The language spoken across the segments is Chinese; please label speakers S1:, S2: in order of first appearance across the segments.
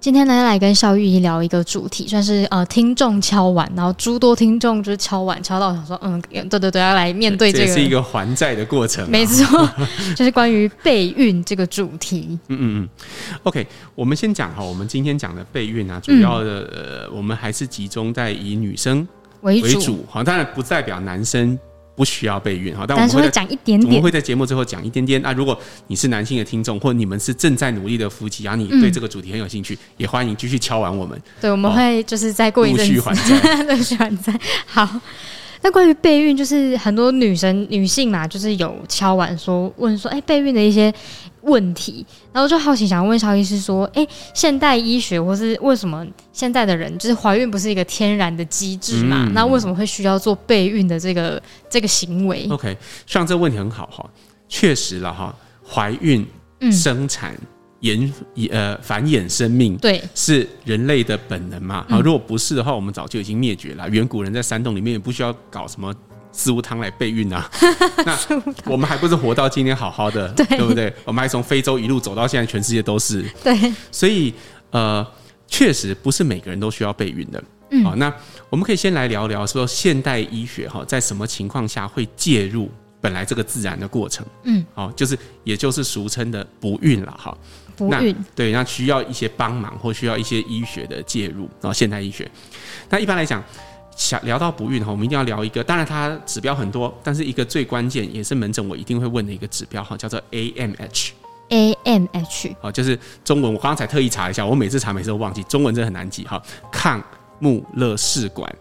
S1: 今天呢，来跟肖玉怡聊一个主题，算是呃听众敲碗，然后诸多听众就是敲碗敲到想说，嗯，对对对，要来面对
S2: 这
S1: 这
S2: 也
S1: 个，
S2: 是一个还债的过程、啊。
S1: 没错， 就是关于备孕这个主题。
S2: 嗯嗯嗯，OK，我们先讲哈，我们今天讲的备孕
S1: 嗯
S2: 啊，主要的、呃，我们还是集中在以女生
S1: 为
S2: 为主，好，当然不代表男生不需要备孕哈，但我
S1: 但
S2: 们
S1: 是
S2: 会
S1: 会
S2: 在
S1: 讲一点
S2: 我们
S1: 点
S2: 会在节目最后讲一点点啊。如果你是男性的听众，或你们是正在努力的夫妻啊，你对这个主题很有兴趣，也欢迎继续敲完我们
S1: 对，我们
S2: 哦
S1: 会就是再过一
S2: 陆
S1: 阵
S2: 续
S1: 子
S2: 还债。
S1: 陆续还在。好，那关于备孕，就是很多女生女性嘛，就是有敲碗说问说，哎、备孕的一些问题，然后就好奇想问肖医师说，哎、现代医学或是为什么现在的人就是怀孕不是一个天然的机制嘛？
S2: 嗯
S1: 那为什么会需要做备孕的这个这个行为？
S2: OK，像这问题很好哈，确实了哈，怀孕、
S1: 嗯，
S2: 生产、延呃繁衍生命
S1: 对，
S2: 是人类的本能嘛？啊，
S1: 嗯
S2: 如果不是的话，我们早就已经灭绝了。远古人在山洞里面也不需要搞什么四物汤来备孕 啊。那我们还不是活到今天好好的，
S1: 对
S2: 不对？我们还从非洲一路走到现在，全世界都是。
S1: 对，
S2: 所以呃，确实不是每个人都需要备孕的。
S1: 嗯
S2: 好，那我们可以先来聊聊说现代医学哈，在什么情况下会介入本来这个自然的过程？
S1: 嗯，
S2: 好，就是也就是俗称的不孕了哈。
S1: 不
S2: 那
S1: 孕，
S2: 对，那需要一些帮忙或需要一些医学的介入啊、哦，现代医学。那一般来讲，想聊到不孕哈，我们一定要聊一个，当然它指标很多，但是一个最关键也是门诊我一定会问的一个指标哈，叫做 AMH。
S1: AMH
S2: 好，就是中文，我刚才特意查一下，我每次查每次都忘记，中文真的很难记哈。抗穆勒氏管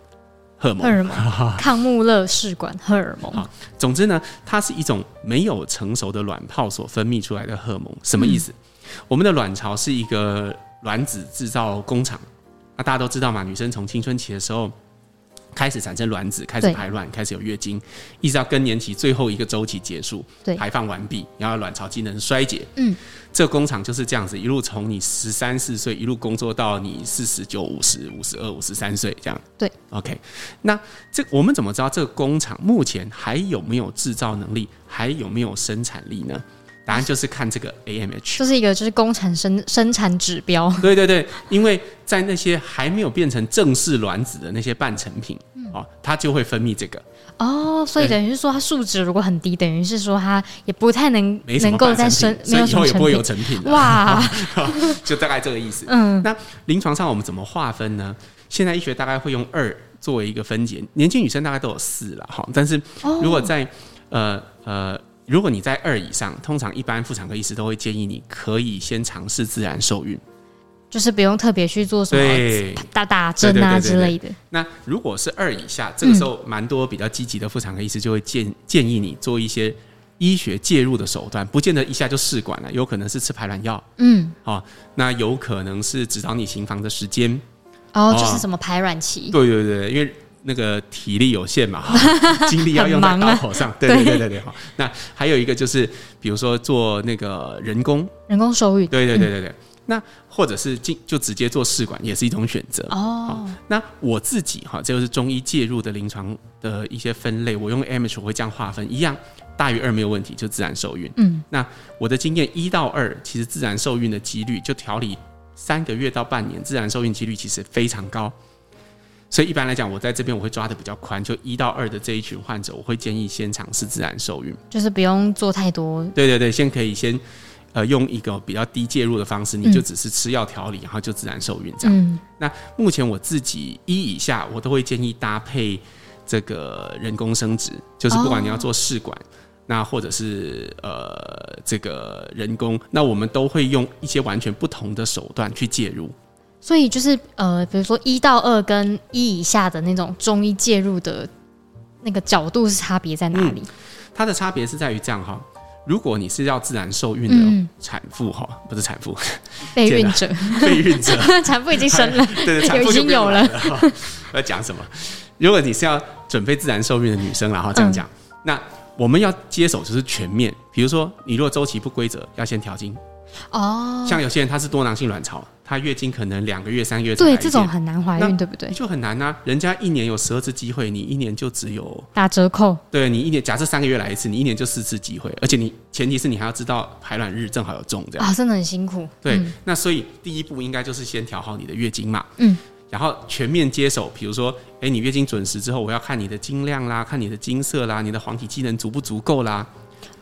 S2: 荷尔
S1: 荷
S2: 蒙，
S1: 尔蒙，抗穆勒试管荷尔蒙。
S2: 好总之呢，它是一种没有成熟的卵泡所分泌出来的荷尔蒙。什么意思？我们的卵巢是一个卵子制造工厂。那大家都知道嘛，女生从青春期的时候开始产生卵子，开始
S1: 对
S2: 排卵，开始有月经，一直到更年期最后一个周期结束，
S1: 对
S2: 排放完毕，然后卵巢机能衰竭。
S1: 嗯，
S2: 这个工厂就是这样子，一路从你十三四岁一路工作到你四十九、五十、五十二、五十三岁这样。
S1: 对
S2: ，OK，那这我们怎么知道这个工厂目前还有没有制造能力，还有没有生产力呢？答案就是看这个 AMH。
S1: 这是一个就是工厂生生产指标，
S2: 对对对，因为在那些还没有变成正式卵子的那些半成品，
S1: 嗯
S2: 哦，它就会分泌这个，
S1: 哦，所以
S2: 对
S1: 等于是说它数值如果很低，等于是说它也不太能
S2: 没什
S1: 能
S2: 么
S1: 够
S2: 半
S1: 再
S2: 成
S1: 生
S2: 品，，
S1: 没
S2: 所
S1: 有
S2: 以以
S1: 什
S2: 后也
S1: 么成
S2: 不会有
S1: 品。
S2: 成品了。
S1: 哇，
S2: 就大概这个意思。
S1: 嗯，
S2: 那临床上我们怎么划分呢？现在医学大概会用二作为一个分解，年轻女生大概都有四了哈。但是
S1: 哦
S2: 如果在、呃呃，如果你在二以上，通常一般妇产科医师都会建议你可以先尝试自然受孕。
S1: 就是不用特别去做什么
S2: 对，
S1: 打打针啊
S2: 对对对对
S1: 之类的。
S2: 那如果是二以下，这个时候蛮多比较积极的妇产科医师就会建建议你做一些医学介入的手段，不见得一下就试管了，有可能是吃排卵药，
S1: 嗯，
S2: 哦，那有可能是指导你行房的时间，
S1: 哦，
S2: 哦
S1: 就是什么排卵期，
S2: 对对对，因为那个体力有限嘛，哈精力要用在
S1: 很忙
S2: 刀
S1: 啊
S2: 口上。对对对对对，好。那还有一个就是，比如说做那个人工，
S1: 人工受孕。
S2: 对对对对对。那或者是进就直接做试管，也是一种选择。
S1: 哦，
S2: 那我自己哈，这就是中医介入的临床的一些分类，我用 AMH 我会这样划分，一样大于二没有问题，就自然受孕。
S1: 嗯，
S2: 那我的经验一到二，其实自然受孕的几率就调理三个月到半年，自然受孕几率其实非常高。所以一般来讲，我在这边我会抓的比较宽，就一到二的这一群患者，我会建议先尝试自然受孕。
S1: 就是不用做太多。
S2: 对对对，先可以先呃用一个比较低介入的方式，你就
S1: 嗯
S2: 只是吃药调理，然后就自然受孕这样。
S1: 嗯，
S2: 那目前我自己一以下，我都会建议搭配这个人工生殖，就是不管你要做试管，那或者是呃这个人工，那我们都会用一些完全不同的手段去介入。
S1: 所以就是呃，比如说一到二跟一以下的那种中医介入的那个角度是差别在哪里？
S2: 它的差别是在于这样哈，如果你是要自然受孕
S1: 嗯
S2: 的产妇哈，不是产妇，
S1: 备孕者、
S2: 备孕者，
S1: 产妇已经生了，
S2: 对对，产妇
S1: 已
S2: 就
S1: 经
S2: 不用
S1: 有
S2: 来
S1: 了
S2: 了。 哈要讲什么？如果你是要准备自然受孕的女生啦，然
S1: 嗯
S2: 后这样讲，那我们要接手就是全面。比如说，你如果周期不规则，要先调经。
S1: 哦，
S2: 像有些人他是多囊性卵巢，她月经可能两个月、三个月才来
S1: 对，
S2: 一
S1: 这
S2: 次
S1: 种很难怀孕，
S2: 那
S1: 对不对？
S2: 就很难呐、人家一年有十二次机会，你一年就只有
S1: 打折扣，
S2: 对啊你一年，假设三个月来一次，你一年就四次机会，而且你前提是你还要知道排卵日正好有中这样。
S1: 啊，真的很辛苦。
S2: 对，
S1: 嗯
S2: 那所以第一步应该就是先调好你的月经嘛，
S1: 嗯，
S2: 然后全面接手，比如说，哎，你月经准时之后，我要看你的经量啦，看你的经色啦，你的黄体机能足不足够啦，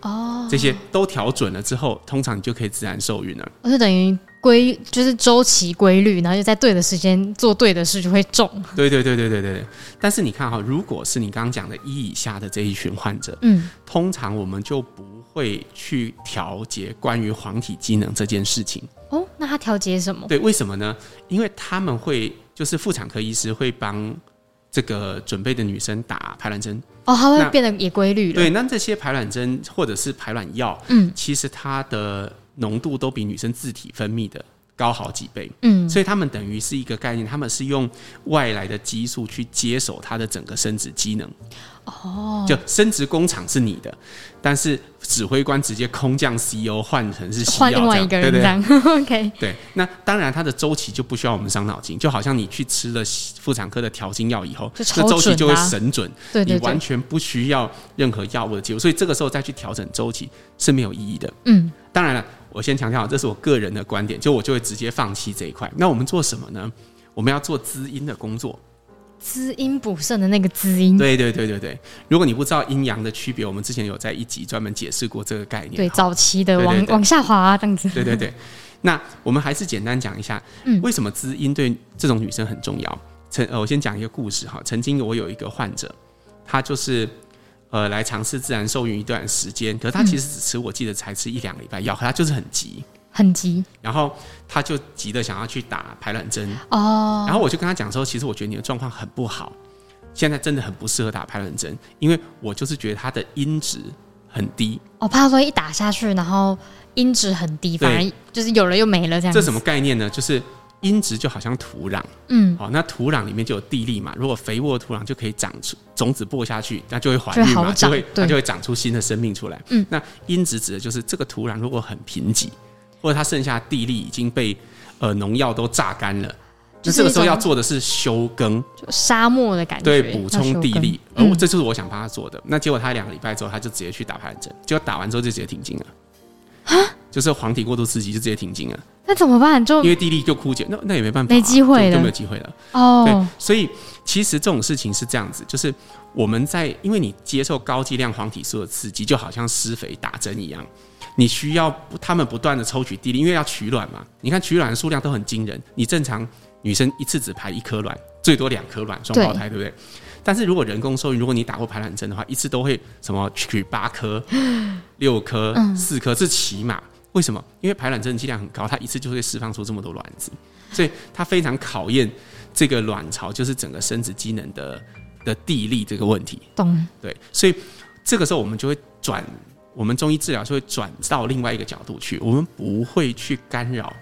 S1: 哦，
S2: 这些都调准了之后，通常你就可以自然受孕了。
S1: 我就等于规就是周期规律，然后就在对的时间做对的事就会中。
S2: 对对对对对对对。但是你看哈、如果是你刚刚讲的一以下的这一群患者，
S1: 嗯，
S2: 通常我们就不会去调节关于黄体机能这件事情。
S1: 哦，那他调节什么？
S2: 对，为什么呢？因为他们会就是妇产科医师会帮这个准备的女生打排卵针。
S1: 哦，他会
S2: 那
S1: 变得也规律了。
S2: 对，那这些排卵针或者是排卵药，
S1: 嗯
S2: 其实它的浓度都比女生自体分泌的高好几倍。
S1: 嗯，
S2: 所以他们等于是一个概念，他们是用外来的激素去接手它的整个生殖机能。哦，就生殖工厂是你的，但是指挥官直接空降 CEO 换成是西药
S1: 换另外一个人
S2: 这
S1: 这
S2: 样
S1: 样。OK，
S2: 对对对，那当然它的周期就不需要我们伤脑筋，就好像你去吃了妇产科的调经药以后，
S1: 就超
S2: 那周期就
S1: 准
S2: 会
S1: 啦
S2: 神准，
S1: 对对
S2: 你完
S1: 对，
S2: 全不需要任何药物的介入，所以这个时候再去调整周期是没有意义的。
S1: 嗯，
S2: 当然了，我先强调，这是我个人的观点，就我就会直接放弃这一块。那我们做什么呢？我们要做滋阴的工作。
S1: 滋阴补肾的那个滋阴，
S2: 对对对对对，如果你不知道阴阳的区别，我们之前有在一集专门解释过这个概念。
S1: 对，
S2: 哈
S1: 早期的
S2: 对对
S1: 往
S2: 对
S1: 往下滑啊这样子。
S2: 对对对。那我们还是简单讲一下，
S1: 嗯
S2: 为什么滋阴对这种女生很重要？曾呃，我先讲一个故事哈。曾经我有一个患者，她就是呃来尝试自然受孕一段时间，可是她其实只吃，我记得才吃一两个礼拜药，可她就是很急，
S1: 很急
S2: 然后她就急的想要去打排卵针，
S1: 哦，
S2: 然后我就跟她讲说，其实我觉得你的状况很不好，现在真的很不适合打排卵针，因为我就是觉得她的阴质很低，
S1: 我哦怕说一打下去，然后音质很低，
S2: 对
S1: 反而就是有了又没了这样子。
S2: 这什么？概念呢？就是阴质就好像土壤。
S1: 嗯，
S2: 好、那土壤里面就有地力嘛，如果肥沃的土壤就可以长出种子播下去，那就会怀孕
S1: 就会
S2: 嘛，
S1: 好
S2: 就
S1: 长
S2: 会它
S1: 对
S2: 就会长出新的生命出来。
S1: 嗯，
S2: 那因子指的就是这个土壤如果很贫瘠，或者它剩下地力已经被呃农药都榨干了。那
S1: 就是
S2: 这个时候
S1: 一种
S2: 要做的是休耕，
S1: 就沙漠的感觉，
S2: 对，补充地力，而我
S1: 嗯，
S2: 这就是我想帮他做的。那结果他两个礼拜之后，他就直接去打排卵针，结果打完之后就直接停经了，就是黄体过度刺激就直接停经了，
S1: 那怎么办？就
S2: 因为地力就枯竭，那那也没办法啊，
S1: 哦没机会
S2: 就就
S1: 了
S2: 没有机会了。对
S1: 哦，，
S2: 所以其实这种事情是这样子，就是我们在因为你接受高剂量黄体素的刺激，就好像施肥打针一样，你需要不他们不断的抽取地力，因为要取卵嘛。你看取卵的数量都很惊人，你正常女生一次只排一颗卵，最多两颗卵，双胞胎，对不对？但是如果人工受孕，如果你打过排卵针的话，一次都会什么取八颗、六颗、四颗，这起码。为什么？因为排卵针的剂量很高，它一次就会释放出这么多卵子，所以它非常考验这个卵巢就是整个生殖机能的的地力这个问题。
S1: 懂
S2: 对，所以这个时候我们就会转，我们中医治疗就会转到另外一个角度去，我们不会去干扰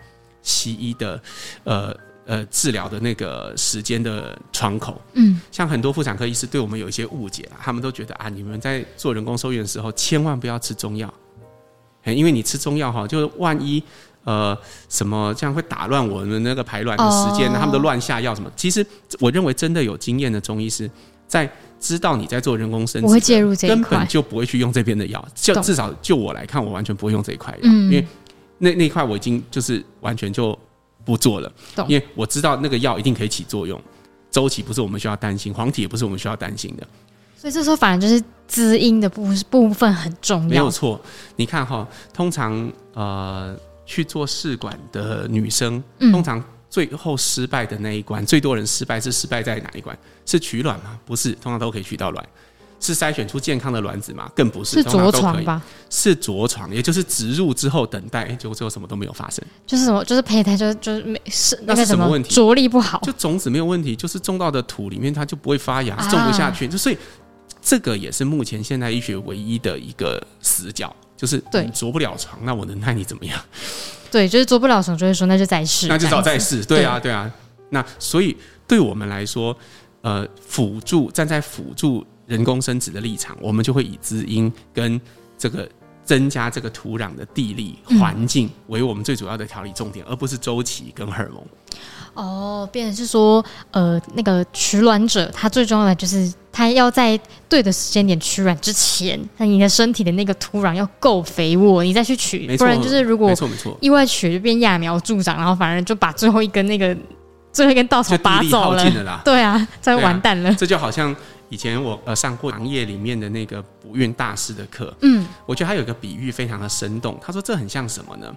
S2: 西医的呃呃治疗的那个时间的窗口。
S1: 嗯，
S2: 像很多妇产科医师对我们有一些误解啦，他们都觉得啊，你们在做人工受孕的时候千万不要吃中药，嘿因为你吃中药哈，就是万一。呃，什么这样会打乱我们那个排卵的时间？
S1: 哦
S2: 他们都乱下药什么？其实我认为真的有经验的中医师，在知道你在做人工生殖，
S1: 我会介入这一
S2: 根本
S1: 块，
S2: 就不会去用这边的药，就
S1: 懂
S2: 至少就我来看，我完全不会用这一块药，
S1: 嗯
S2: 因为那那一块我已经就是完全就不做了，
S1: 懂
S2: 因为我知道那个药一定可以起作用，周期不是我们需要担心，黄体也不是我们需要担心的，
S1: 所以这时候反而就是滋阴的部部分很重
S2: 没有
S1: 要。
S2: 错。你看哈，通常呃去做试管的女生，
S1: 嗯
S2: 通常最后失败的那一关，最多人失败是失败在哪一关？是取卵吗？不是，通常都可以取到卵。是筛选出健康的卵子吗？更不是，
S1: 是
S2: 通常
S1: 着
S2: 都可
S1: 床
S2: 以
S1: 吧？
S2: 是着床，也就是植入之后等待，哎结果最后什么都没有发生，
S1: 就是什么？就是胚胎就是就是没是
S2: 那
S1: 那
S2: 是
S1: 个
S2: 什么
S1: 么
S2: 问题
S1: 着力不好，
S2: 就种子没有问题，就是种到的土里面它就不会发芽，
S1: 啊
S2: 种不下去，就所以这个也是目前现代医学唯一的一个死角，就是
S1: 对
S2: 你着不了床，那我能奈你怎么样？
S1: 对，就是着不了床就会说那就再试，
S2: 那就
S1: 这
S2: 找
S1: 样子
S2: 再试，对啊，对啊。那所以对我们来说，呃，辅助站在辅助人工生殖的立场，我们就会以滋阴跟这个增加这个土壤的地力
S1: 嗯
S2: 环境为我们最主要的调理重点，而不是周期跟荷尔蒙。
S1: 哦，变成是说，呃，那个取卵者他最重要的就是他要在对的时间点取卵之前，那你的身体的那个土壤要够肥沃，你再去取，
S2: 没
S1: 不
S2: 错，
S1: 然就是如果
S2: 没错没错，
S1: 意外取就变揠苗助长，然后反而就把最后一根那个最后一根稻草
S2: 就地
S1: 拔
S2: 力
S1: 走
S2: 耗
S1: 了，
S2: 尽了啦。
S1: 对啊，这
S2: 对啊
S1: 完蛋了，
S2: 这就好像以前我呃上过行业里面的那个不孕大师的课，
S1: 嗯，
S2: 我觉得他有一个比喻非常的生动，他说这很像什么呢？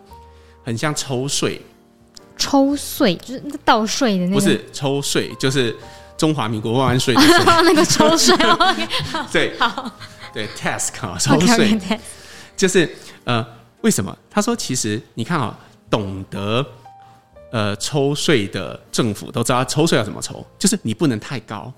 S2: 很像抽税，
S1: 抽穗就是那个稻穗的那个，
S2: 不是抽税，就是中华民国万万税的税
S1: 那个抽穗
S2: 对，对 task 啊，抽
S1: ，OK
S2: 税
S1: OK，对，
S2: 就是呃，为什么？他说，其实你看啊、懂得呃抽税的政府都知道抽税要怎么抽，就是你不能太高，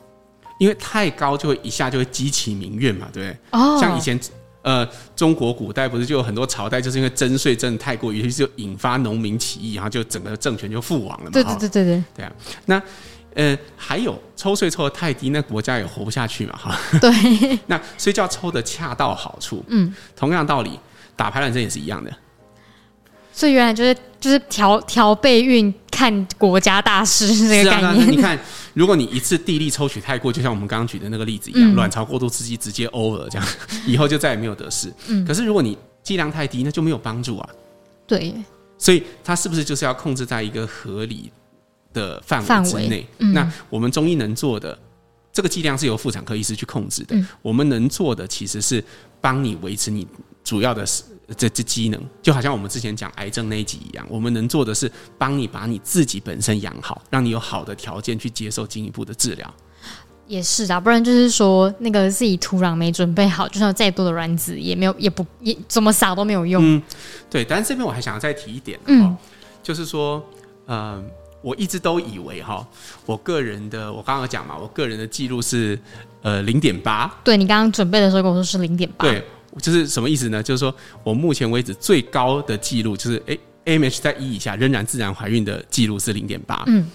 S2: 因为太高就会一下就会激起民怨嘛，对不对？
S1: 哦，
S2: 像以前。呃，中国古代不是就有很多朝代，就是因为征税征的太过，于是就引发农民起义，然后就整个政权就覆亡了嘛。
S1: 对
S2: 哈
S1: 对对对对。
S2: 呃，还有抽税抽的太低，那国家也活不下去嘛，哈。
S1: 哎
S2: 对。那所以就要抽的恰到好处。嗯，同样道理，打排卵针也是一样的。
S1: 所以原来就是就是调调备运看国家大事是这
S2: 是
S1: 个
S2: 啊，
S1: 概
S2: 那那
S1: 念。
S2: 你看，如果你一次地力抽取太过，就像我们刚刚举的那个例子一
S1: 嗯
S2: 样，卵巢过度刺激直接 over 这样，以后就再也没有得势。
S1: 嗯
S2: 可是如果你剂量太低，那就没有帮助啊。
S1: 对，
S2: 所以它是不是就是要控制在一个合理的范
S1: 范
S2: 围之
S1: 围
S2: 内？
S1: 嗯
S2: 那我们中医能做的，这个剂量是由妇产科医师去控制的。
S1: 嗯
S2: 我们能做的其实是帮你维持你主要的这这机能，就好像我们之前讲癌症那一集一样，我们能做的是帮你把你自己本身养好，让你有好的条件去接受进一步的治疗。
S1: 也是啊，不然就是说那个自己土壤没准备好，就算有再多的卵子也没有，也不也怎么撒都没有用。
S2: 嗯对，但是这边我还想要再提一点，
S1: 嗯
S2: 嗯，就是说，呃，我一直都以为哈，我个人的，我刚刚有讲嘛，我个人的记录是呃零点八，
S1: 对你刚刚准备的时候跟我说是零点八，
S2: 对，就是什么意思呢？就是说我目前为止最高的记录就是诶 AMH 在一以下仍然自然怀孕的记录是零点八，
S1: 嗯，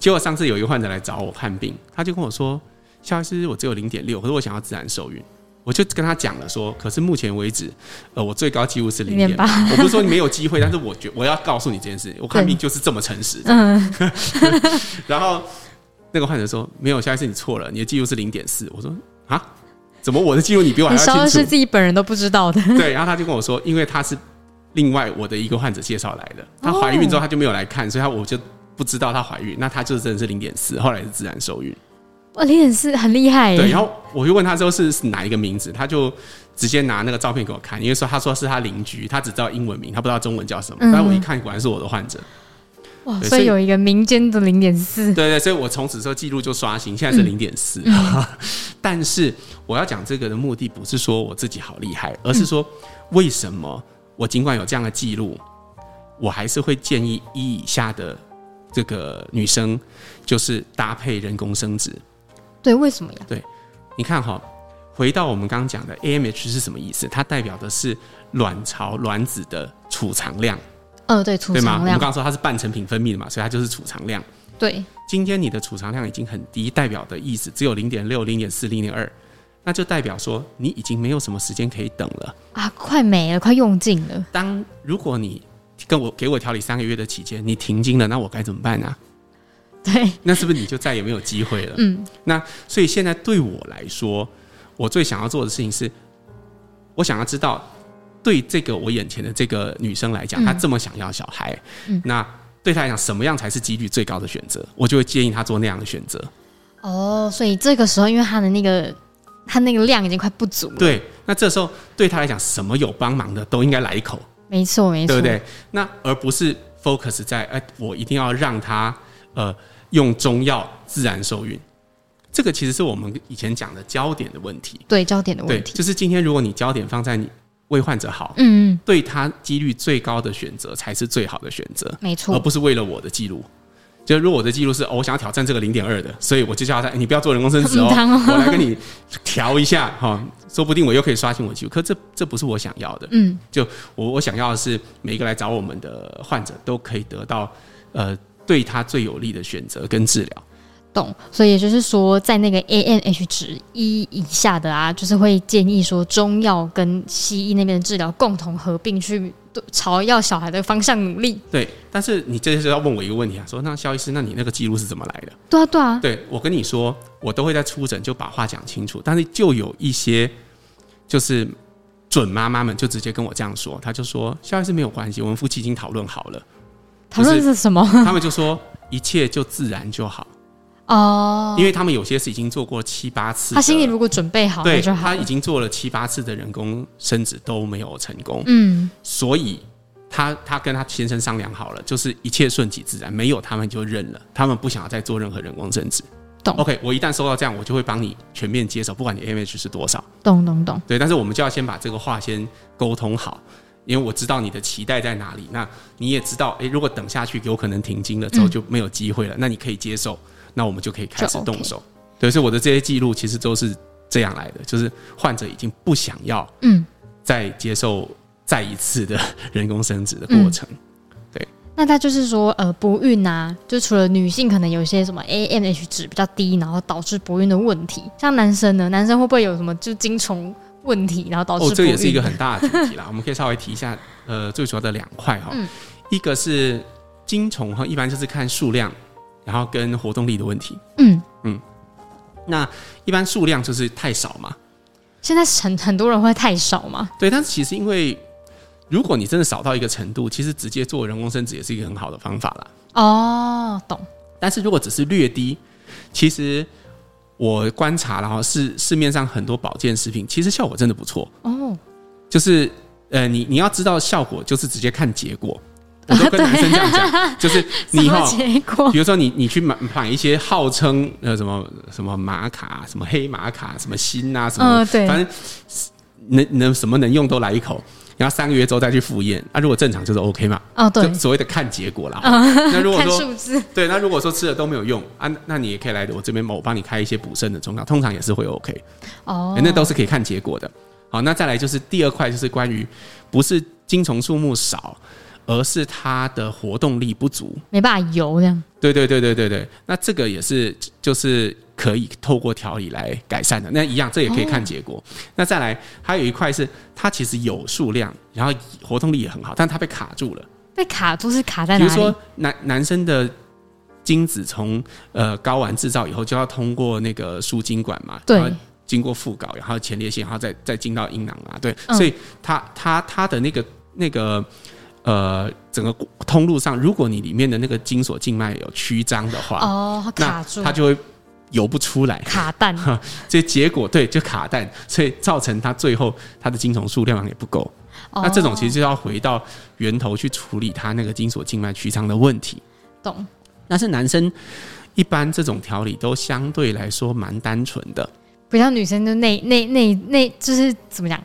S2: 结果上次有一个患者来找我看病，他就跟我说，肖医师，我只有零点六，可是我想要自然受孕。我就跟他讲了说，可是目前为止，呃，我最高记录是零点八。我不是说你没有机会，但是我觉我要告诉你这件事，我看病就是这么诚实。
S1: 嗯，
S2: 然后那个患者说，没有，肖医师你错了，你的记录是零点四。我说啊，怎么我的记录你比我还
S1: 你
S2: 要清
S1: 烧
S2: 楚？
S1: 的是自己本人都不知道的，
S2: 对，然后他就跟我说，因为他是另外我的一个患者介绍来的，她怀孕之后她就没有来看，所以她我就不知道她怀孕，那她就真的是零点四，后来是自然受孕。
S1: 哇，零点四很厉害耶。
S2: 对，然后我就问她之后是哪一个名字，她就直接拿那个照片给我看，因为说她说是她邻居，她只知道英文名，她不知道中文叫什么，
S1: 嗯
S2: 但我一看果然是我的患者。
S1: 哇，
S2: 对
S1: 所
S2: 所
S1: 以
S2: 以
S1: 有一个民间的零点 四，
S2: 对对，所以我从此之后记录就刷新，现在是零点四。
S1: 嗯
S2: 但是我要讲这个的目的不是说我自己好厉害，而是说为什么我尽管有这样的记录，我还是会建议一以下的这个女生就是搭配人工生殖。
S1: 对，为什么呀？
S2: 你看哈、回到我们刚刚讲的 AMH 是什么意思？它代表的是卵巢卵子的储藏量，
S1: 呃，对，储
S2: 对吗？我
S1: 藏
S2: 们
S1: 量
S2: 刚，刚说它是半成品分泌的嘛，所以它就是储藏量。
S1: 对，
S2: 今天你的储藏量已经很低，代表的意思只有零点六、零点四、零点二，那就代表说你已经没有什么时间可以等了。
S1: 啊，快没了，快用尽了，
S2: 当如果你跟我给我调理三个月的期间，你停经了，那我该怎么办呢、啊
S1: 对，
S2: 那是不是你就再也没有机会了？
S1: 嗯，
S2: 那所以现在对我来说，我最想要做的事情是，我想要知道，对这个我眼前的这个女生来讲，她这么想要小孩，那对她来讲，什么样才是几率最高的选择？我就会建议她做那样的选择。
S1: 哦，所以这个时候因为它的那个它那个量已经快不足了，
S2: 对，那这时候对他来讲，什么有帮忙的都应该来一口，
S1: 没错，没错，
S2: 对不对？那而不是 focus 在哎、我一定要让他呃用中药自然受孕。这个其实是我们以前讲的焦点的问题。
S1: 对焦点的
S2: 对，
S1: 问题。
S2: 就是今天如果你焦点放在你为患者好，
S1: 嗯，嗯，
S2: 对他几率最高的选择才是最好的选择，
S1: 没
S2: 而
S1: 错，
S2: 哦不是为了我的记录。就如果我的记录是、哦、我想要挑战这个零点二的，所以我就叫他、哎你不要做人工生殖哦，
S1: 嗯当然
S2: 我来跟你调一下哈、说不定我又可以刷新我记录。可这这不是我想要的，
S1: 嗯，
S2: 就我我想要的是每一个来找我们的患者都可以得到呃对他最有利的选择跟治疗。
S1: 动，所以也就是说，在那个 AMH 值一以下的啊，就是会建议说中药跟西医那边的治疗共同合并去朝要小孩的方向努力。
S2: 对，但是你这就是要问我一个问题啊，说那肖医师，那你那个记录是怎么来的？
S1: 对啊，对啊，
S2: 对我跟你说，我都会在出诊就把话讲清楚，但是就有一些就是准妈妈们就直接跟我这样说，她就说肖医师没有关系，我们夫妻已经讨论好了，
S1: 讨论是什么？
S2: 他们就说一切就自然就好，
S1: 哦，
S2: 因为他们有些是已经做过七八次的，
S1: 他心里如果准备好，那
S2: 对
S1: 就好
S2: 他
S1: 了
S2: 已经做了七八次的人工生殖都没有成功，
S1: 嗯，
S2: 所以他他跟他先生商量好了，就是一切顺其自然，没有他们就认了，他们不想要再做任何人工生殖。
S1: 懂
S2: OK，我一旦收到这样，我就会帮你全面接手，不管你 AMH 是多少。
S1: 懂懂懂，
S2: 对，但是我们就要先把这个话先沟通好，因为我知道你的期待在哪里，那你也知道，诶，如果等下去有可能停经了之后就没有机会了，那你可以接受，那我们就可以开始
S1: 嗯就 OK
S2: 动手。对，所以我的这些记录其实都是这样来的，就是患者已经不想要
S1: 嗯。
S2: 再接受再一次的 人工生殖的
S1: 嗯
S2: 过程。
S1: 那他就是说，呃，不孕啊，就除了女性可能有一些什么 AMH 值比较低，然后导致不孕的问题，像男生呢，男生会不会有什么就精虫问题，然后导致不
S2: 哦，
S1: 孕？
S2: 这也是一个很大的主题啦， 我们可以稍微提一下，呃，最主要的两块哈，
S1: 嗯
S2: 一个是精虫哈，一般就是看数量，然后跟活动力的问题。
S1: 嗯，
S2: 那一般数量就是太少嘛，
S1: 现在很很多人会太少嘛，
S2: 对，但是其实因为如果你真的少到一个程度，其实直接做人工生殖也是一个很好的方法啦。
S1: 哦，懂，
S2: 但是如果只是略低，其实我观察了哈，市市面上很多保健食品其实效果真的不错，
S1: 哦，
S2: 就是呃，你你要知道效果就是直接看结果。 我都跟男生这样讲，就是
S1: 什
S2: 你
S1: 么
S2: 哈，
S1: 结果
S2: 比？如说你你去买买一些号称呃什么什么玛卡、什么黑玛卡、什么锌啊什么，
S1: 嗯对
S2: 反正能能什么能用都来一口，然后三个月之后再去复验，那、如果正常就是 OK 嘛，
S1: 哦，对嗯
S2: 就，所谓的看结果啦。那如果
S1: 看
S2: 说
S1: 数字，
S2: 对，那如果说吃了都没有用啊，那那你也可以来我这边嘛，我帮你开一些补肾的中药，通常也是会 OK，、
S1: 哦
S2: 欸，那都是可以看结果的。好，那再来就是第二块，就是关于不是精虫数目少，而是它的活动力不足。
S1: 没办法游这样，
S2: 对对对对对对，那这个也是就是可以透过调理来改善的。那一样，这也可以看结果。那再来，还有一块是它其实有数量，然后活动力也很好，但它被卡住了。
S1: 被卡住是卡在
S2: 比
S1: 哪
S2: 如
S1: 里
S2: 说？男男生的精子从呃睾丸制造以后，就要通过那个输精管嘛，
S1: 对
S2: 然后经过副睾，然后前列腺，然后再再进到阴囊啊，对，
S1: 嗯
S2: 所以它它它的那个那个。呃，整个通路上，如果你里面的那个精索静脉有曲张的话，
S1: 哦，
S2: 那
S1: 卡住
S2: 它，就会游不出来，
S1: 卡蛋，
S2: 所以结果对就卡蛋，所以造成它最后它的精虫数量也不够。 那这种其实
S1: 实
S2: 就要回到源头去处理它那个精索静脉曲张的问题。
S1: 懂，
S2: 但是男生一般这种调理都相对来说蛮单纯的，
S1: 不像女生就内内内内，就是怎么讲，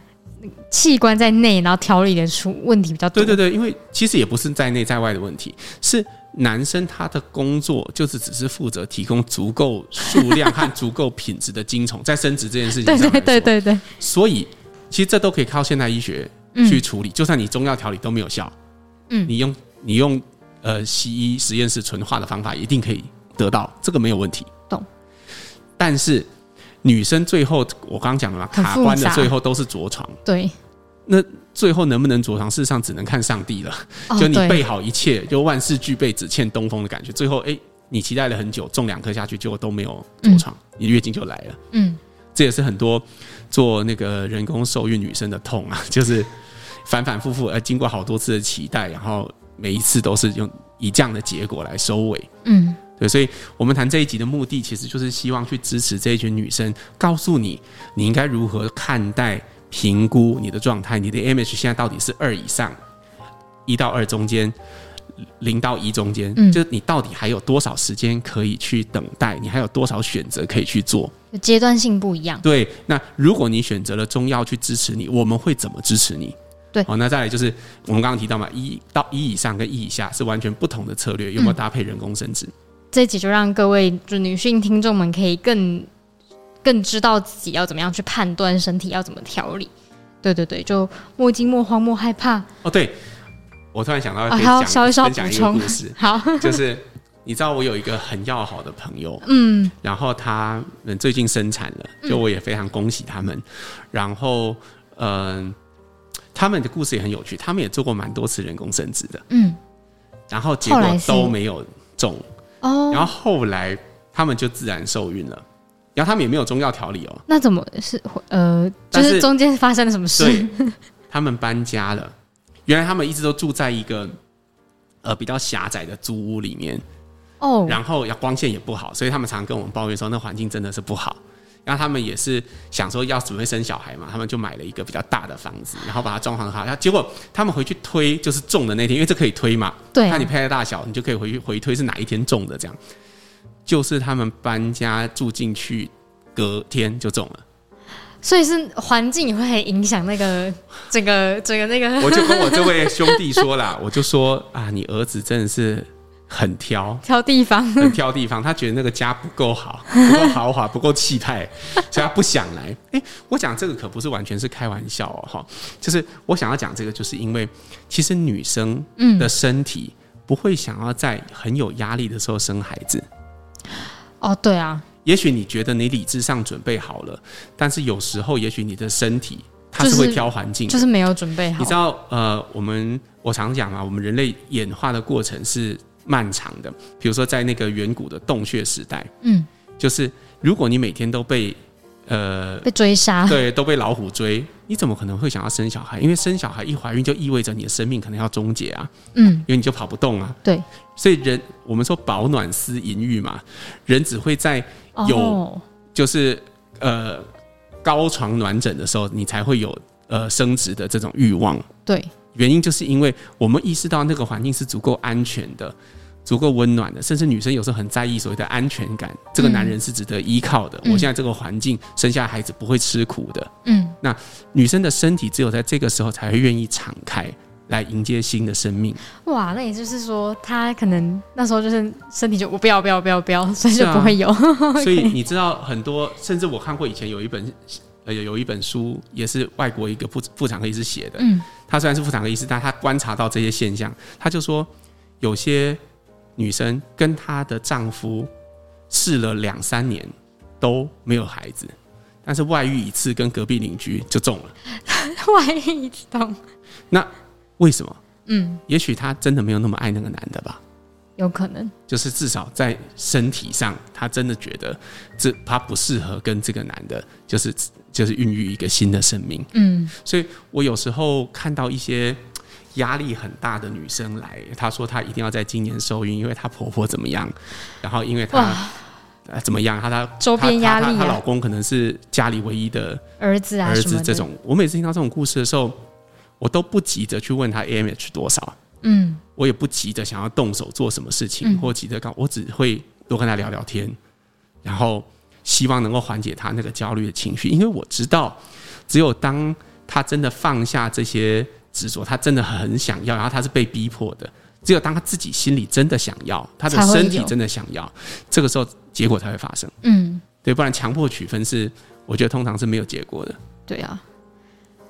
S1: 器官在内，然后调理的出问题比较多。
S2: 对对对，因为其实也不是在内在外的问题，是男生他的工作就是只是负责提供足够数量和足够品质的精虫，在生殖这件事情上来说，
S1: 对 对对对对，
S2: 所以其实这都可以靠现代医学
S1: 嗯
S2: 去处理，就算你中药调理都没有效，
S1: 嗯
S2: 你用你用呃西医实验室纯化的方法一定可以得到，这个没有问题。
S1: 懂。
S2: 但是女生最后我刚刚讲了嘛，
S1: 很
S2: 卡
S1: 复
S2: 关的
S1: 杂
S2: 最后都是着床，
S1: 对，
S2: 最后能不能着床，事实上只能看上帝了。
S1: 哦
S2: 就你
S1: 对
S2: 备好一切，就万事俱备，只欠东风的感觉。最后，哎、你期待了很久，中两颗下去，结果都没有着床，你月经就来了。
S1: 嗯，
S2: 这也是很多做那个人工受孕女生的痛啊， 就是反反复复，呃，经过好多次的期待，然后每一次都是用以这样的结果来收尾。
S1: 嗯，
S2: 对，所以我们谈这一集的目的，其实就是希望去支持这一群女生，告诉你你应该如何看待、评估你的状态，你的 AMH 现在到底是二以上，一到二中间，零到一中间，
S1: 嗯
S2: 就是你到底还有多少时间可以去等待，你还有多少选择可以去做。
S1: 就阶段性不一样。
S2: 对，那如果你选择了中药去支持你，我们会怎么支持你？
S1: 对
S2: 好、那再来就是我们刚刚提到嘛，一到一以上跟一以下是完全不同的策略，有没有
S1: 嗯
S2: 搭配人工生殖？
S1: 这一集就让各位就女性听众们可以更更知道自己要怎么样去判断身体要怎么调理。对对对，就莫惊莫慌莫害怕。
S2: 哦，对，我突然想到
S1: 啊
S2: 可以
S1: 还有
S2: 讲、
S1: 稍微稍微
S2: 分享
S1: 补
S2: 一个
S1: 充，
S2: 故事
S1: 好，
S2: 就是你知道我有一个很要好的朋友，
S1: 嗯，
S2: 然后他们最近生产了，就我也非常恭喜他们。然后，嗯、他们的故事也很有趣，他们也做过蛮多次人工生殖的，
S1: 嗯，
S2: 然后结
S1: 后
S2: 果
S1: 来是
S2: 都没有中，
S1: 哦，
S2: 然后后来他们就自然受孕了，然后他们也没有中药调理 哦，
S1: 那怎么是呃，就
S2: 但是
S1: 是中间发生了什么
S2: 对
S1: 事？，
S2: 他们搬家了，原来他们一直都住在一个呃比较狭窄的租屋里面，
S1: 哦，
S2: 然后光线也不好，所以他们常跟我们抱怨说那环境真的是不好。然后他们也是想说要准备生小孩嘛，他们就买了一个比较大的房子，然后把它装潢好。然后结果他们回去推就是中的那天，因为这可以推嘛，
S1: 对啊
S2: 看你胚胎大小，你就可以回去回推是哪一天中的这样。就是他们搬家住进去，隔天就中了。
S1: 所以是环境也会很影响那个整个整个那个，
S2: 我就跟我这位兄弟说啦，我就说啊，你儿子真的是很挑，
S1: 挑地方，
S2: 很挑地方，他觉得那个家不够好，不够豪华，不够气派，所以他不想来。诶，我讲这个可不是完全是开玩笑哦，哈，就是我想要讲这个，就是因为其实女生
S1: 嗯
S2: 的身体不会想要在很有压力的时候生孩子。
S1: 哦，对啊，
S2: 也许你觉得你理智上准备好了，但是有时候也许你的身体它是
S1: 就是
S2: 会挑环境的，
S1: 就是没有准备好，
S2: 你知道，呃，我们我常讲嘛，我们人类演化的过程是漫长的。比如说，在那个远古的洞穴时代，
S1: 嗯，
S2: 就是如果你每天都被 呃
S1: 被追杀，
S2: 对都被老虎追，你怎么可能会想要生小孩？因为生小孩一怀孕就意味着你的生命可能要终结啊，
S1: 嗯，
S2: 因为你就跑不动啊。
S1: 对，
S2: 所以人我们说保暖思淫欲嘛，人只会在有
S1: 哦
S2: 就是呃高床暖枕的时候，你才会有呃生殖的这种欲望。
S1: 对，
S2: 原因就是因为我们意识到那个环境是足够安全的、足够温暖的，甚至女生有时候很在意所谓的安全感，这个男人是值得依靠的。
S1: 嗯
S2: 我现在这个环境生下孩子不会吃苦的，
S1: 嗯，
S2: 女生的身体只有在这个时候才会愿意敞开。来迎接新的生命，
S1: 哇，那也就是说，他可能那时候就是身体就我不要不要不要不要，所以
S2: 是
S1: 就
S2: 啊
S1: 不会有，
S2: 所以你知道很多，甚至我看过以前有一本，呃，有一本书也是外国一个妇妇产科医师写的，
S1: 嗯，
S2: 他虽然是妇产科医师，但他观察到这些现象，他就说，有些女生跟她的丈夫试了两三年都没有孩子，但是外遇一次跟隔壁邻居就中了。
S1: 万一懂，
S2: 那为什么？
S1: 嗯，
S2: 也许她真的没有那么爱那个男的吧。
S1: 有可能，
S2: 就是至少在身体上，她真的觉得这她不适合跟这个男的，就是就是孕育一个新的生命。
S1: 嗯，
S2: 所以我有时候看到一些压力很大的女生来，她说她一定要在今年受孕，因为她婆婆怎么样，然后因为她
S1: 哇。
S2: 呃怎么样？她她
S1: 周边压力啊
S2: 她她她老公可能是家里唯一的
S1: 儿子啊
S2: 儿
S1: 什
S2: 子
S1: 么的，
S2: 这种。我每次听到这种故事的时候，我都不急着去问她 AMH 多少，啊
S1: 嗯，
S2: 我也不急着想要动手做什么事情，
S1: 嗯
S2: 或急着干，我只会多跟他聊聊天，然后希望能够缓解他那个焦虑的情绪，因为我知道，只有当他真的放下这些执着，他真的很想要，然后他是被逼迫的，只有当他自己心里真的想要，他的
S1: 才会
S2: 身体
S1: 有
S2: 真的想要，这个时候结果才会发生，
S1: 嗯，
S2: 对，不然强迫取分是，我觉得通常是没有结果的。
S1: 对啊。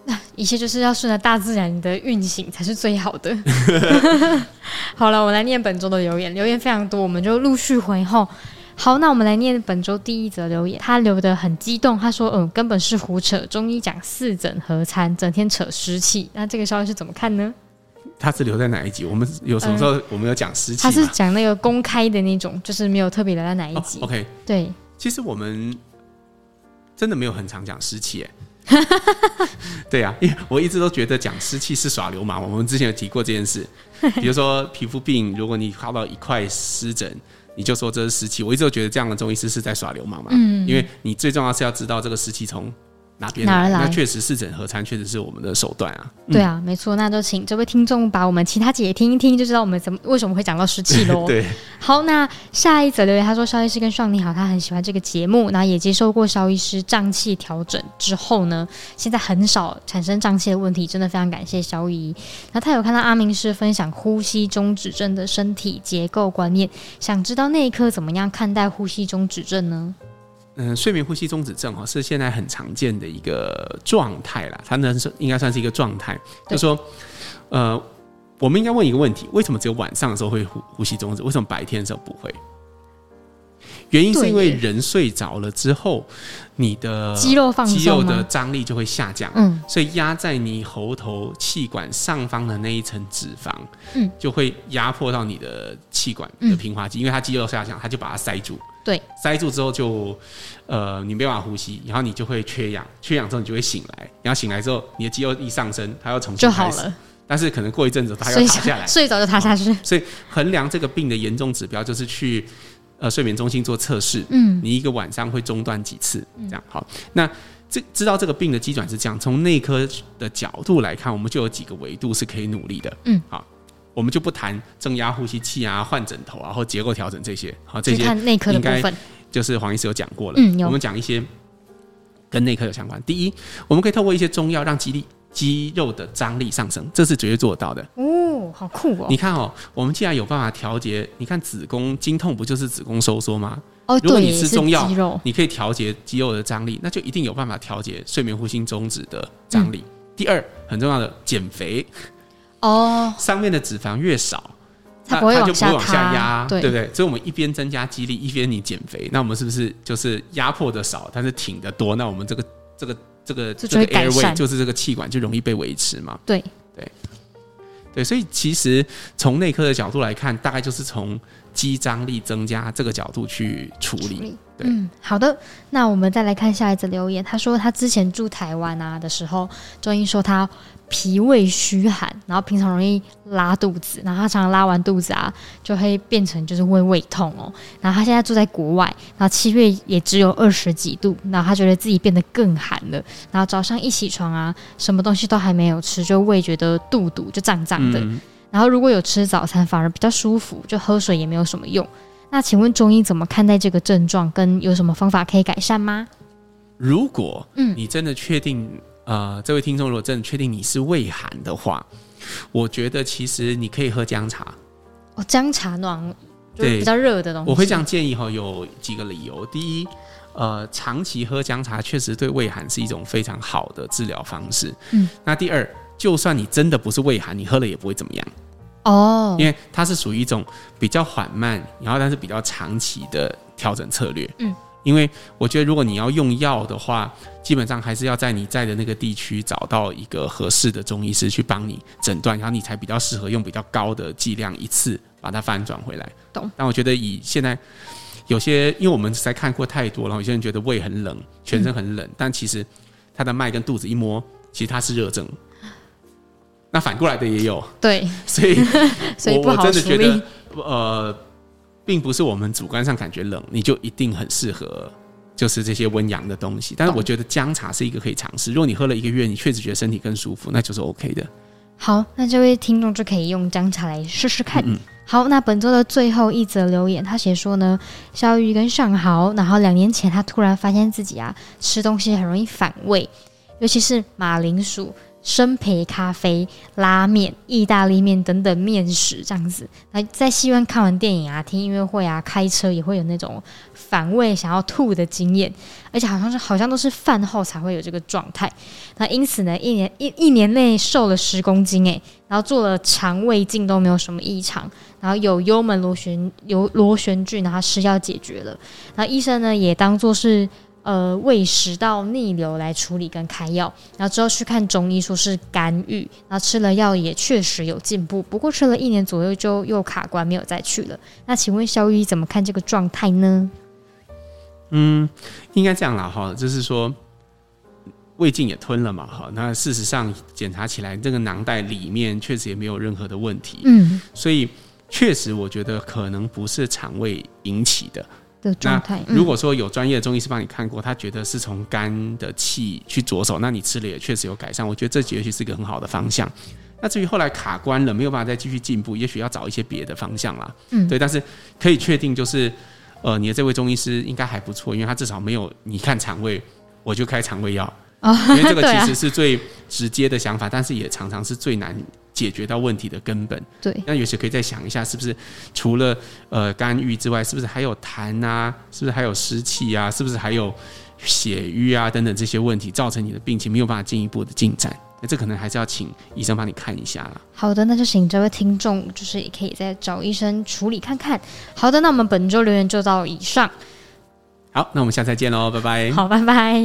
S1: 那一切就是要顺着大自然的运行才是最 好的。好了，我来念本周的留言，留言非常多，我们就陆续回后。好，那我们来念本周第一则留言，他留的很激动，他说：“嗯，根本是胡扯，中医讲四诊合参，整天扯湿气。”那这个消息是怎么看呢？
S2: 他是留在哪一集？我们有什么时候我们有讲湿气
S1: 嗯他
S2: 吗？
S1: 是讲那个公开的那种，就是没有特别聊到哪一
S2: 哦
S1: 集。
S2: ，OK，
S1: 对，
S2: 其实我们真的没有很常讲湿 气，哎，对呀、因为我一直都觉得讲湿气是耍流氓。我们之前有提过这件 事，比如说皮肤病，如果你看到一块湿疹，你就说这是湿气。我一直都觉得这样的中医师是在耍流氓嘛，
S1: 嗯
S2: 因为你最重要是要知道这个湿气从哪边
S1: 哪儿来
S2: 那确实湿疹合参确实是我们的手段啊。
S1: 对啊，没错。那就请这位听众把我们其他集也听一听，就知道我们怎么为什么会讲到湿 气喽。
S2: 对，
S1: 好，那下一则留言，他说肖医师跟爽你好，他很喜欢这个节目，然后也接受过肖医师胀气调整之后呢，现在很少产生胀气的问题，真的非常感谢肖医。那他有看到阿明师分享呼吸中止症的身体结构观念，想知道内科怎么样看待呼吸中止症呢？
S2: 嗯，睡眠呼吸中止症哦，是现在很常见的一个状态啦，它呢是应该算是一个状态，就
S1: 对
S2: 说，呃，我们应该问一个问题：为什么只有晚上的时候会呼呼吸中止？为什么白天的时候不会？原因是因为
S1: 对耶
S2: 人睡着了之后，你的
S1: 肌肉放松吗
S2: 肌肉的张力就会下降，
S1: 嗯，
S2: 所以压在你喉头气管上方的那一层脂肪，
S1: 嗯，
S2: 就会压迫到你的气管
S1: 嗯
S2: 的平滑肌，因为它肌肉下降，它就把它塞住。
S1: 对，
S2: 塞住之后就，呃，你没办法呼吸，然后你就会缺氧，缺氧之后你就会醒来，然后醒来之后你的肌肉一上升，它要重新
S1: 就好
S2: 开始，
S1: 了，
S2: 但是可能过一阵子它又
S1: 睡
S2: 塌下来
S1: 着，睡着就塌下去，
S2: 所以衡量这个病的严重指标就是去呃睡眠中心做测试，
S1: 嗯，
S2: 你一个晚上会中断几次？这样好。那这知道这个病的基转是这样，从内科的角度来看，我们就有几个维度是可以努力的。
S1: 嗯，
S2: 好，我们就不谈正压呼吸器啊、换枕头啊或结构调整这些。好，这
S1: 去
S2: 些
S1: 看内科的部
S2: 应
S1: 分，
S2: 就是黄医师有讲过了。
S1: 嗯有
S2: 我们讲一些跟内科有相关。第一，我们可以透过一些中药让肌力。肌肉的张力上升，这是绝对做得到的。
S1: 哦，好酷哦
S2: 你，看哦，我们既然有办法调节，你看子宫经痛不就是子宫收缩吗？
S1: 哦，
S2: 如果
S1: 对
S2: 你
S1: 耶，
S2: 吃
S1: 是
S2: 中药
S1: 肌肉，
S2: 你可以调节肌肉的张力，那就一定有办法调节睡眠呼吸中止的张
S1: 嗯
S2: 力。第二，很重要的减肥，
S1: 哦，
S2: 上面的脂肪越少，
S1: 才
S2: 那
S1: 不会
S2: 它就
S1: 往
S2: 不会
S1: 下
S2: 往下
S1: 塌
S2: 压，，对不
S1: 对，
S2: 对？所以我们一边增加肌力，一边你减肥，那我们是不是就是压迫的少，但是挺的多？那我们这个这个这个这
S1: 这就会
S2: 个
S1: 改善
S2: airway 就是这个气管就容易被维持嘛？
S1: 对
S2: 对对，所以其实从内科的角度来看，大概就是从肌张力增加这个角度去处理。对
S1: 嗯，好的。那我们再来看下一则留言，他说他之前住台湾啊的时候，中医说他脾胃虚寒，然后平常容易拉肚子，然后他常常拉完肚子啊，就会变成就是胃胃痛哦。然后他现在住在国外，然后七月也只有二十几度，然后他觉得自己啊变得更寒了。然后早上一起床啊，什么东西都还没有吃，就胃觉得肚肚就胀胀的，
S2: 嗯
S1: 然后如果有吃早餐，反而比较舒服，就喝水也没有什么用。那请问中医怎么看待这个症状，跟有什么方法可以改善吗？
S2: 如果
S1: 嗯
S2: 你真的确定，呃，这位听众如果真的确定你是胃寒的话，我觉得其实你可以喝姜茶。
S1: 哦，姜茶暖，就是
S2: 对
S1: 比较热的东西。
S2: 我会这样建议哈，有几个理由。第一，呃，长期喝姜茶确实对胃寒是一种非常好的治疗方式。
S1: 嗯，
S2: 那第二，就算你真的不是胃寒，你喝了也不会怎么样，
S1: 哦
S2: 因，为它是属于一种比较缓慢，然后但是比较长期的调整策略。
S1: 嗯。
S2: 因为我觉得，如果你要用药的话，基本上还是要在你在的那个地区找到一个合适的中医师去帮你诊断，然后你才比较适合用比较高的剂量一次把它翻转回来。
S1: 懂？
S2: 但我觉得以现在有些，因为我们实在看过太多了，有些人觉得胃很冷，全身很
S1: 嗯
S2: 冷，但其实他的脉跟肚子一摸，其实他是热 症。那反过来的也有，
S1: 对，
S2: 所以
S1: 所以不
S2: 我我
S1: 好
S2: 真的
S1: 处
S2: 觉
S1: 理
S2: 得。，呃，并不是我们主观上感觉冷，你就一定很适合就是这些温阳的东西。但是
S1: 懂
S2: 我觉得姜茶是一个可以尝试，如果你喝了一个月，你确实觉得身体更舒服，那就是 OK 的。
S1: 好，那这位听众就可以用姜茶来试试看。好，那本周的最后一则留言，他写说呢，肖玉跟尚豪，然后两年前他突然发现自己啊吃东西很容易反胃，尤其是马铃薯、生培咖啡、拉面、意大利面等等面食这样子。那在戏院看完电影啊、听音乐会啊、开车也会有那种反胃想要吐的经验，而且好像是好像都是饭后才会有这个状态。那因此呢，一年一一年内瘦了十公斤诶，然后做了肠胃镜都没有什么异常，然后有幽门螺旋有螺旋菌，然后吃药解决了，然后医生呢也当做是。呃，胃食道逆流来处理跟开药，然后之后去看中医，说是肝郁，然后吃了药也确实有进步，不过吃了一年左右就又卡关，没有再去了。那请问肖医怎么看这个状态呢？
S2: 嗯，应该这样啦哈，就是说胃镜也吞了嘛哈，那事实上检查起来，这个囊袋里面确实也没有任何的问题，
S1: 嗯，
S2: 所以确实我觉得可能不是肠胃引起的。
S1: 的
S2: 那
S1: 状态，嗯
S2: 如果说有专业的中医师帮你看过，他觉得是从肝的气去着手，那你吃了也确实有改善，我觉得这也许是一个很好的方向。那至于后来卡关了，没有办法再继续进步，也许要找一些别的方向啦。
S1: 嗯
S2: 对，但是可以确定就是，呃，你的这位中医师应该还不错，因为他至少没有你看肠胃我就开肠胃 药，
S1: 嗯哦
S2: 因为这个
S1: 对
S2: 其
S1: 啊
S2: 实是最直接的想法，但是也常常是最难解决到问题的根本。
S1: 对，
S2: 那也许可以再想一下，是不是除了呃肝郁之外，是不是还有痰啊？是不是还有湿气啊？是不是还有血瘀啊？等等这些问题，造成你的病情没有办法进一步的进展。那这可能还是要请医生帮你看一下啦。
S1: 好的，那就请这位听众就是也可以再找医生处理看看。好的，那我们本周留言就到以上，
S2: 好，那我们下次再见喽，拜拜。
S1: 好，拜拜。